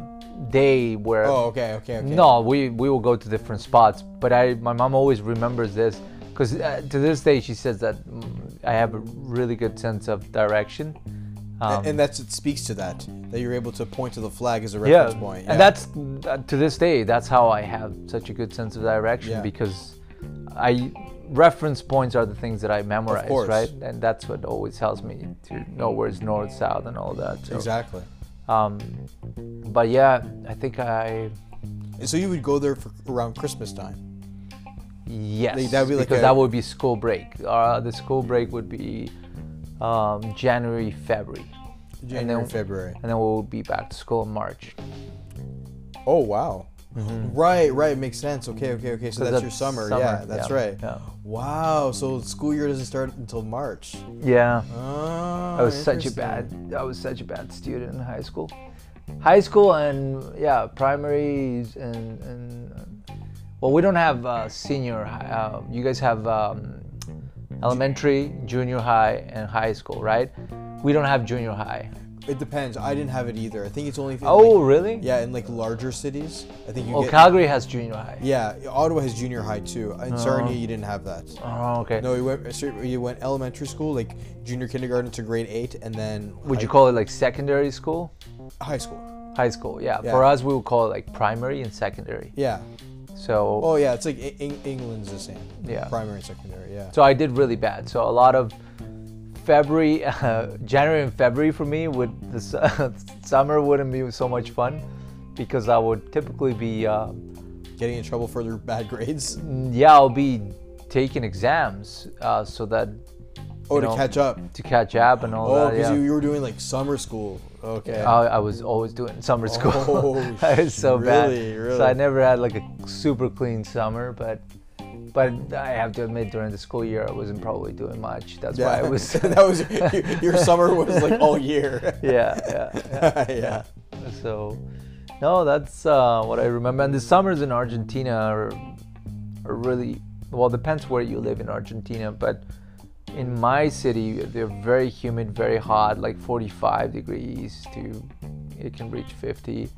Speaker 1: day where.
Speaker 2: Oh, okay, okay, okay.
Speaker 1: No, we, we will go to different spots. But I my mom always remembers this because uh, to this day she says that mm, I have a really good sense of direction. Um,
Speaker 2: and that's it speaks to that that you're able to point to the flag as a
Speaker 1: yeah.
Speaker 2: reference point.
Speaker 1: And that's uh, to this day, that's how I have such a good sense of direction
Speaker 2: Yeah.
Speaker 1: because I reference points are the things that I memorize,
Speaker 2: course.
Speaker 1: right? And that's what always helps me to know where's north, south, and all that. So,
Speaker 2: exactly.
Speaker 1: um, but yeah, I think I
Speaker 2: And so you would go there for around Christmas time.
Speaker 1: yes
Speaker 2: Like, that'd be like
Speaker 1: because
Speaker 2: a-
Speaker 1: that would be school break. Uh, the school break would be um, January, February, and
Speaker 2: January,
Speaker 1: then
Speaker 2: February.
Speaker 1: and then we'll be back to school in March.
Speaker 2: Oh wow. Right, right, makes sense. Okay, okay, okay. So
Speaker 1: So
Speaker 2: that's,
Speaker 1: Mm-hmm. that's
Speaker 2: your summer.
Speaker 1: summer,
Speaker 2: Yeah, that's
Speaker 1: yeah,
Speaker 2: right.
Speaker 1: yeah.
Speaker 2: Wow. So school year doesn't start until March.
Speaker 1: Yeah.
Speaker 2: Oh,
Speaker 1: I was such a bad I was such a bad student in high school. High school and yeah, primaries and and uh, well, we don't have uh, senior. hi- Uh, you guys have um, elementary, junior high, and high school, right? We don't have junior high.
Speaker 2: It depends. I didn't have it either. I think it's only. in,
Speaker 1: Oh,
Speaker 2: like-
Speaker 1: really?
Speaker 2: Yeah, in like larger cities, I think you
Speaker 1: Oh,
Speaker 2: get.
Speaker 1: Calgary has junior high.
Speaker 2: yeah, Ottawa has junior high too. In Sarnia, you didn't have that.
Speaker 1: Oh, okay.
Speaker 2: No, you went so you went elementary school, like junior kindergarten to grade eight, and then
Speaker 1: Would you
Speaker 2: high,
Speaker 1: call it like secondary school?
Speaker 2: high school?
Speaker 1: High school, yeah.
Speaker 2: Yeah.
Speaker 1: For us, we would call it like primary and secondary.
Speaker 2: Yeah.
Speaker 1: So
Speaker 2: Oh yeah, it's like Eng- England's the same.
Speaker 1: Yeah.
Speaker 2: Primary and secondary. Yeah.
Speaker 1: So I did really bad. So a lot of February, uh, January and February for me would the su- summer wouldn't be so much fun because I would typically be uh,
Speaker 2: Getting in trouble for their bad grades.
Speaker 1: yeah I'll be taking exams uh, so that
Speaker 2: Oh,
Speaker 1: you
Speaker 2: to
Speaker 1: know,
Speaker 2: catch up.
Speaker 1: to catch up and all
Speaker 2: Oh,
Speaker 1: that.
Speaker 2: because
Speaker 1: Yeah. Oh,
Speaker 2: you, you were doing like summer school. Okay.
Speaker 1: I, I was always doing summer school.
Speaker 2: Oh,
Speaker 1: I was so bad.
Speaker 2: really,
Speaker 1: So I
Speaker 2: really?
Speaker 1: never had like a super clean summer, but but I have to admit during the school year I wasn't probably doing much. That's why I was.
Speaker 2: that was your, your summer was like all year.
Speaker 1: yeah, yeah,
Speaker 2: yeah.
Speaker 1: yeah. So no, that's uh, what I remember. And the summers in Argentina are, are really well. Depends where you live in Argentina, but in my city they're very humid, very hot, like 45 degrees to it can reach 50.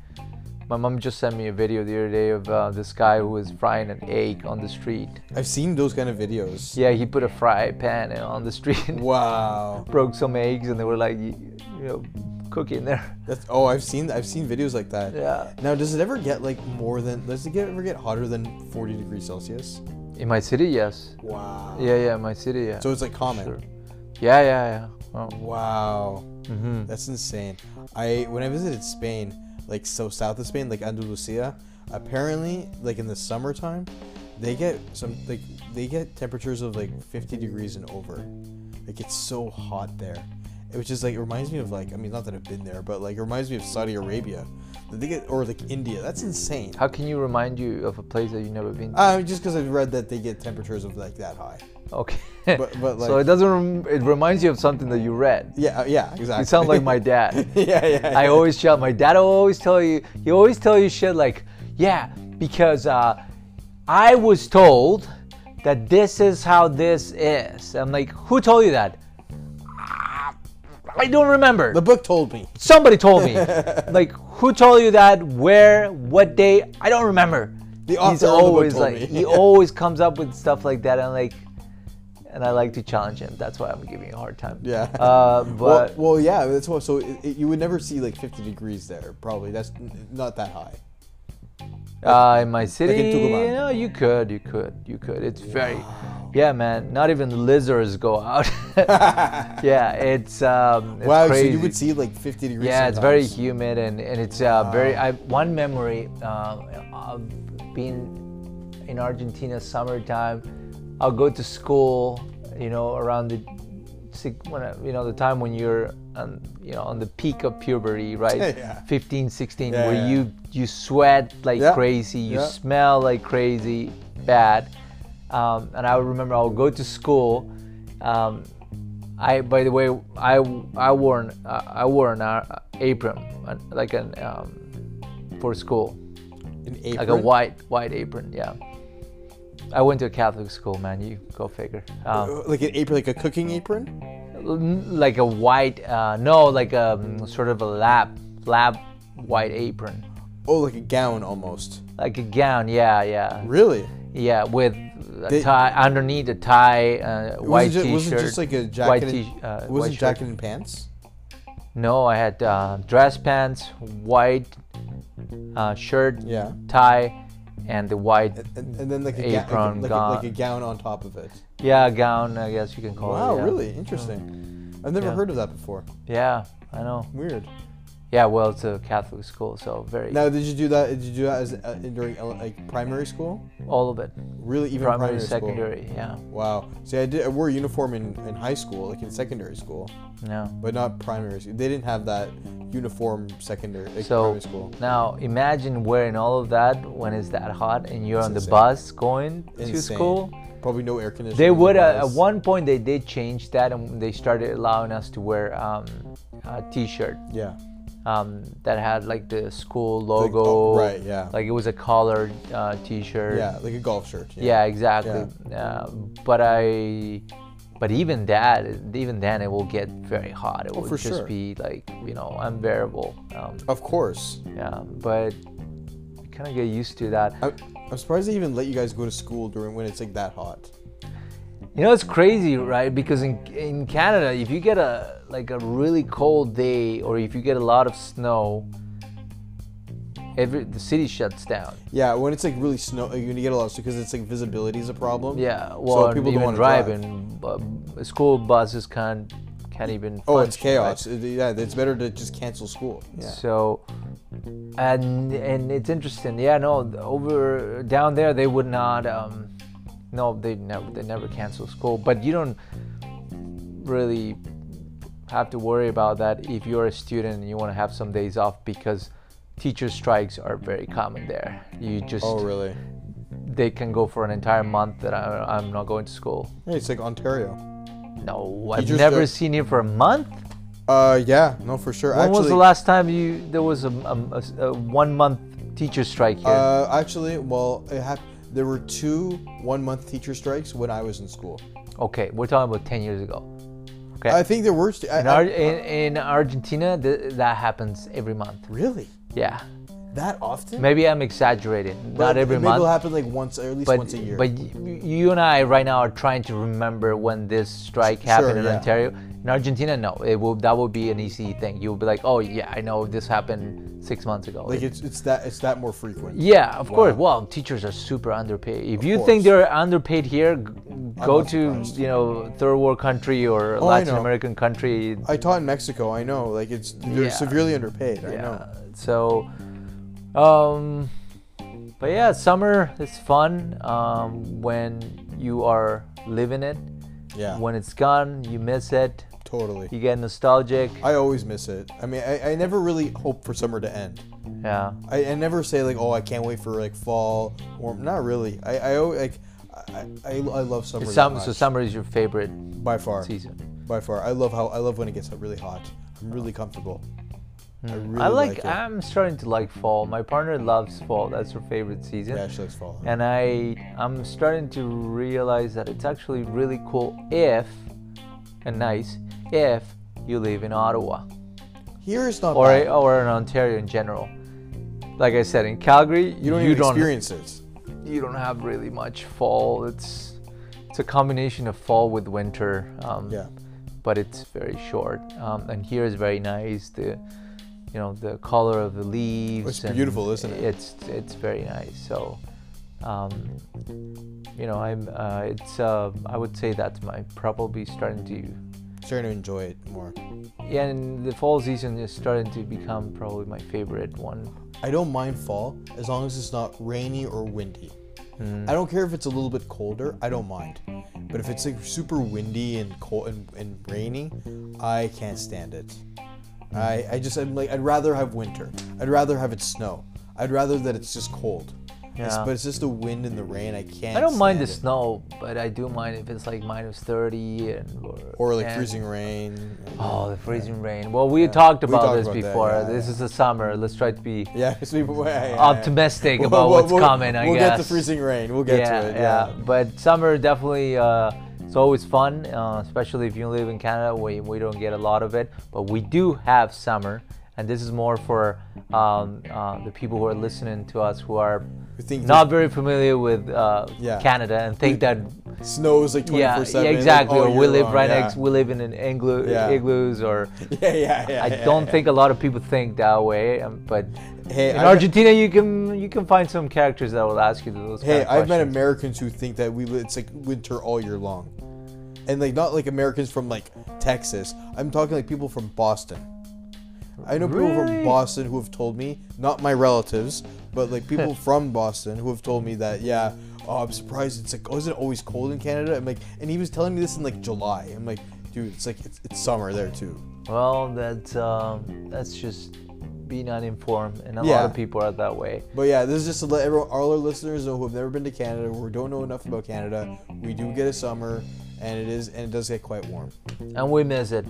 Speaker 1: My mom just sent me a video the other day of uh, this guy who was frying an egg on the street.
Speaker 2: I've seen those kind of videos.
Speaker 1: Yeah, he put a fry pan on the street and
Speaker 2: Wow.
Speaker 1: broke some eggs, and they were like, you know, cooking there.
Speaker 2: That's oh, I've seen I've seen videos like that.
Speaker 1: Yeah.
Speaker 2: Now, does it ever get like more than does it get, ever get hotter than 40 degrees Celsius?
Speaker 1: In my city, yes.
Speaker 2: Wow.
Speaker 1: Yeah, yeah, my city, yeah.
Speaker 2: So it's like common.
Speaker 1: Sure. yeah, yeah, yeah. Oh.
Speaker 2: Wow.
Speaker 1: hmm
Speaker 2: That's insane. I when I visited Spain, like so south of Spain, like Andalusia, apparently like in the summertime, they get some like they get temperatures of like 50 degrees and over. Like it's so hot there. It was just like it reminds me of like I mean not that I've been there, but like it reminds me of Saudi Arabia. That They get or like India. That's insane.
Speaker 1: How can you remind you of a place that you've never been to?
Speaker 2: Uh, just because I've read that they get temperatures of like that high.
Speaker 1: okay.
Speaker 2: but- but
Speaker 1: so
Speaker 2: like-
Speaker 1: it doesn't. Rem- it reminds you of something that you read.
Speaker 2: Yeah, uh, yeah, exactly.
Speaker 1: You sound like my dad.
Speaker 2: yeah, yeah.
Speaker 1: I always shout. My dad will always tell you. He always tell you shit like, yeah, because uh, I was told that this is how this is. I'm like, who told you that? I don't remember.
Speaker 2: the book told me.
Speaker 1: Somebody told me. like, who told you that? Where? What day? I don't remember.
Speaker 2: The author of the book
Speaker 1: always
Speaker 2: told
Speaker 1: like
Speaker 2: me.
Speaker 1: he always comes up with stuff like that, and like, and I like to challenge him. That's why I'm giving you a hard time.
Speaker 2: Yeah.
Speaker 1: Uh,
Speaker 2: Well,
Speaker 1: but
Speaker 2: well, yeah, that's what. So it, it- you would never see like 50 degrees there, probably. That's n- not that high.
Speaker 1: uh, in my city,
Speaker 2: Tucumán.
Speaker 1: you know, you could, you could, you could. It's very, yeah, man. Not even lizards go out. yeah, it's um, it's
Speaker 2: wow,
Speaker 1: crazy.
Speaker 2: so you would see like 50 degrees.
Speaker 1: Yeah, it's very
Speaker 2: sometimes.
Speaker 1: humid and, and it's uh, very. I one memory uh, of being in Argentina summertime. I'll go to school, you know, around the sig- when I, you know the time when you're on, you know on the peak of puberty, right?
Speaker 2: Yeah.
Speaker 1: 15, 16,
Speaker 2: Yeah,
Speaker 1: where
Speaker 2: yeah.
Speaker 1: you you sweat like
Speaker 2: Yeah,
Speaker 1: crazy, you
Speaker 2: yeah.
Speaker 1: smell like crazy, bad. Um, and I remember I would go to school. Um, I, by the way, I I wore an, uh, I wore an uh, apron, an- like an um, for school,
Speaker 2: An apron?
Speaker 1: like a white white apron. Yeah. I went to a Catholic school, man. You go figure. Um,
Speaker 2: Uh, Like an apron, like a cooking apron.
Speaker 1: like a white, uh, no, like a mm, sort of a lab lab white apron,
Speaker 2: Oh, like a gown almost.
Speaker 1: like a gown. Yeah, yeah,
Speaker 2: Really?
Speaker 1: yeah. With a
Speaker 2: Did-
Speaker 1: tie underneath a tie, uh, white
Speaker 2: was it ju-
Speaker 1: t-shirt.
Speaker 2: Was it just like a jacket?
Speaker 1: White
Speaker 2: and-
Speaker 1: t- uh,
Speaker 2: was
Speaker 1: white
Speaker 2: it
Speaker 1: shirt.
Speaker 2: jacket and pants?
Speaker 1: No, I had uh, dress pants, white uh, shirt,
Speaker 2: Yeah.
Speaker 1: tie, and the white
Speaker 2: And, and then like a, ga- like a-
Speaker 1: Apron,
Speaker 2: like, a,
Speaker 1: gown.
Speaker 2: like a gown on top of it.
Speaker 1: yeah gown. I guess you can call it.
Speaker 2: Wow,
Speaker 1: yeah.
Speaker 2: really interesting. I've never
Speaker 1: Yeah.
Speaker 2: heard of that before.
Speaker 1: Yeah, I know.
Speaker 2: Weird.
Speaker 1: Yeah, well, it's a Catholic school, so very
Speaker 2: Now, did you do that? Did you do that as uh, during ele- like primary school?
Speaker 1: all of it.
Speaker 2: Really, even primary,
Speaker 1: Primary,
Speaker 2: school?
Speaker 1: secondary. Yeah,
Speaker 2: Wow. See, I did. I wore a uniform in, in high school, like in secondary school,
Speaker 1: no.
Speaker 2: but not primary school. They didn't have that uniform secondary like
Speaker 1: So
Speaker 2: primary school.
Speaker 1: now imagine wearing all of that when it's that hot and you're on the
Speaker 2: insane.
Speaker 1: bus going to
Speaker 2: Insane.
Speaker 1: school.
Speaker 2: Probably no air conditioning.
Speaker 1: They would uh, at
Speaker 2: otherwise.
Speaker 1: one point they did change that and they started allowing us to wear um, a t-shirt
Speaker 2: Yeah.
Speaker 1: um, that had like the school
Speaker 2: Like,
Speaker 1: logo.
Speaker 2: oh, right. Yeah.
Speaker 1: Like it was a collared uh, T-shirt.
Speaker 2: yeah, like a golf shirt.
Speaker 1: Yeah, exactly. Uh, but I, but even that, even then, it will get very hot. It will
Speaker 2: Oh, for
Speaker 1: just
Speaker 2: sure.
Speaker 1: be like you know unbearable. Um,
Speaker 2: Of course.
Speaker 1: yeah, but you kind of get used to that.
Speaker 2: I'm, I'm surprised they even let you guys go to school during when it's like that hot.
Speaker 1: You know, it's crazy, right? Because in in Canada, if you get a like a really cold day, or if you get a lot of snow, every the city shuts down.
Speaker 2: Yeah, when it's like really snow, you're gonna get a lot because it's like visibility is a problem.
Speaker 1: Yeah,
Speaker 2: So
Speaker 1: well, and
Speaker 2: people don't
Speaker 1: even
Speaker 2: wanna
Speaker 1: driving, bu- school buses can't can't even.
Speaker 2: Oh, it's
Speaker 1: function, right?
Speaker 2: chaos. It- Yeah, it's better to just cancel school. Yeah.
Speaker 1: So, and and it's interesting. Yeah, no, th- over down there they would not. Um, no, they never they never cancel school. But you don't really have to worry about that if you're a student and you want to have some days off because teacher strikes are very common there. You just
Speaker 2: Oh, really?
Speaker 1: they can go for an entire month that I, I'm not going to school.
Speaker 2: Yeah, it's like Ontario.
Speaker 1: No, I've
Speaker 2: Teachers
Speaker 1: never
Speaker 2: strike-
Speaker 1: seen it for a month.
Speaker 2: Uh, yeah, no, for sure.
Speaker 1: When
Speaker 2: actually,
Speaker 1: was the last time you there was a, a- a- a one month teacher strike here?
Speaker 2: Uh, actually, well, it hap- there were two one-month teacher strikes when I was in school.
Speaker 1: Okay, we're talking about 10 years ago. Okay.
Speaker 2: I think there were. St- I,
Speaker 1: in, Ar- in, in Argentina, th- that happens every month.
Speaker 2: really
Speaker 1: Yeah.
Speaker 2: that often?
Speaker 1: Maybe I'm exaggerating. Not
Speaker 2: But
Speaker 1: every
Speaker 2: maybe It'll
Speaker 1: month.
Speaker 2: happen like once, or at least
Speaker 1: But,
Speaker 2: once a year.
Speaker 1: but y- you and I right now are trying to remember when this strike happened in
Speaker 2: yeah.
Speaker 1: Ontario. In Argentina, no, it will that would be an easy thing. You'll be like, oh yeah, I know this happened six months ago.
Speaker 2: like it's it's that it's that more frequent.
Speaker 1: Yeah, of course. Well, teachers are super underpaid. If you
Speaker 2: course.
Speaker 1: think they're underpaid here, g- go
Speaker 2: not
Speaker 1: to
Speaker 2: surprised. Oh,
Speaker 1: you know third world country or a
Speaker 2: I
Speaker 1: Latin
Speaker 2: know.
Speaker 1: American country.
Speaker 2: I taught in Mexico. I know, like it's they're
Speaker 1: Yeah.
Speaker 2: severely underpaid. I know.
Speaker 1: Yeah. So, um, but yeah, summer is fun um, when you are living it.
Speaker 2: Yeah,
Speaker 1: When it's gone, you miss it.
Speaker 2: totally.
Speaker 1: You get nostalgic.
Speaker 2: I always miss it. I mean, I, I never really hope for summer to end.
Speaker 1: Yeah.
Speaker 2: I, I never say like, oh, I can't wait for like fall or not really. I I al- like I, I, I love summer. that
Speaker 1: Some, so
Speaker 2: much,
Speaker 1: summer is your favorite
Speaker 2: by far.
Speaker 1: season.
Speaker 2: By far, I love how I love when it gets really hot. I'm really comfortable. I really
Speaker 1: I like.
Speaker 2: like, it.
Speaker 1: I'm starting to like fall. My partner loves fall. That's her favorite season.
Speaker 2: yeah, she likes fall.
Speaker 1: and I I'm starting to realize that it's actually really cool if and nice if you live in Ottawa
Speaker 2: Here it's not
Speaker 1: or
Speaker 2: bad.
Speaker 1: or in Ontario in general. Like I said, in Calgary
Speaker 2: you don't even experience it.
Speaker 1: you don't have really much fall. It's it's a combination of fall with winter. Um,
Speaker 2: Yeah.
Speaker 1: But it's very short, um, and here is very nice. The you know the color of the leaves.
Speaker 2: It's
Speaker 1: and
Speaker 2: beautiful, isn't it?
Speaker 1: It's it's very nice. So, um, you know, I'm. Uh, it's. Uh, I would say that's my probably starting to.
Speaker 2: Starting to enjoy it more.
Speaker 1: Yeah, and the fall season is starting to become probably my favorite one.
Speaker 2: I don't mind fall as long as it's not rainy or windy. I don't care if it's a little bit colder. I don't mind. But if it's like super windy and cold and, and rainy, I can't stand it. I, I just I'm like I'd rather have winter. I'd rather have it snow. I'd rather that it's just cold. It's-
Speaker 1: Yeah.
Speaker 2: but it's just the wind and the rain. I can't.
Speaker 1: I don't mind the
Speaker 2: stand it.
Speaker 1: snow, but I do mind if it's like minus thirty and or,
Speaker 2: Or like
Speaker 1: and-
Speaker 2: freezing rain.
Speaker 1: Oh, the freezing rain. Well, we talked about
Speaker 2: talked
Speaker 1: this
Speaker 2: about that,
Speaker 1: before.
Speaker 2: yeah,
Speaker 1: this
Speaker 2: yeah.
Speaker 1: is the summer. Let's try to be
Speaker 2: Yeah, 'cause we- yeah, yeah, yeah.
Speaker 1: optimistic
Speaker 2: We'll-
Speaker 1: about
Speaker 2: we'll-
Speaker 1: what's
Speaker 2: we'll-
Speaker 1: coming. I
Speaker 2: We'll
Speaker 1: guess.
Speaker 2: get to freezing rain. We'll get
Speaker 1: yeah,
Speaker 2: to it.
Speaker 1: yeah,
Speaker 2: Yeah.
Speaker 1: But summer definitely. Uh, it's always fun, uh, especially if you live in Canada. We, we don't get a lot of it, but we do have summer, and this is more for um, uh, the people who are listening to us who are
Speaker 2: We think
Speaker 1: not very familiar with uh,
Speaker 2: Yeah.
Speaker 1: Canada and think that
Speaker 2: snows like 24
Speaker 1: yeah,
Speaker 2: 7
Speaker 1: yeah exactly
Speaker 2: like, all
Speaker 1: or we
Speaker 2: year
Speaker 1: live
Speaker 2: long,
Speaker 1: right
Speaker 2: Oh, yeah.
Speaker 1: next we live in an igloo,
Speaker 2: Yeah.
Speaker 1: igloos or
Speaker 2: yeah yeah yeah
Speaker 1: I
Speaker 2: yeah,
Speaker 1: don't
Speaker 2: yeah.
Speaker 1: think a lot of people think that way, um, but
Speaker 2: hey
Speaker 1: in
Speaker 2: I've-
Speaker 1: Argentina you can you can find some characters that will ask you those.
Speaker 2: hey
Speaker 1: kind of
Speaker 2: i've met
Speaker 1: questions.
Speaker 2: americans who think that we li- it's like winter all year long and like not like americans from like texas i'm talking like people from boston i know people
Speaker 1: Really?
Speaker 2: from boston who have told me not my relatives but like people from boston who have told me that yeah oh i'm surprised it's like oh is it always cold in canada i'm like and he was telling me this in like july i'm like dude it's like it's, it's summer there too
Speaker 1: Well, that's um, that's just being uninformed, and a lot
Speaker 2: Yeah.
Speaker 1: of people are that way.
Speaker 2: But yeah, this is just to let everyone, all our listeners know who have never been to Canada or don't know enough about Canada. We do get a summer, and it is and it does get quite warm
Speaker 1: And we miss it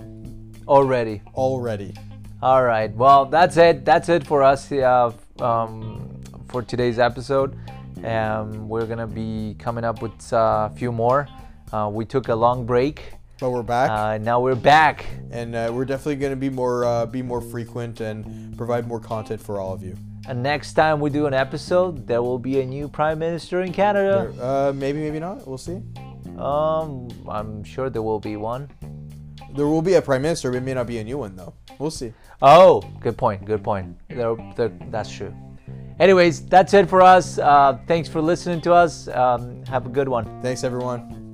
Speaker 1: already.
Speaker 2: already.
Speaker 1: All right. Well, that's it. That's it for us uh, f- um, for today's episode. Um, we're gonna be coming up with uh, a few more. Uh, we took a long break.
Speaker 2: But we're back,
Speaker 1: Uh, now we're back.
Speaker 2: and uh, we're definitely going to be more uh, be more frequent and provide more content for all of you.
Speaker 1: And next time we do an episode, there will be a new prime minister in Canada.
Speaker 2: Uh, maybe, maybe not. We'll see.
Speaker 1: Um, I'm sure there will be one.
Speaker 2: There will be a prime minister, but it may not be a new one though. We'll see.
Speaker 1: Oh, good point. Good point. There, there, that's true. Anyways, that's it for us. Uh, thanks for listening to us. Um, have a good one.
Speaker 2: Thanks, everyone.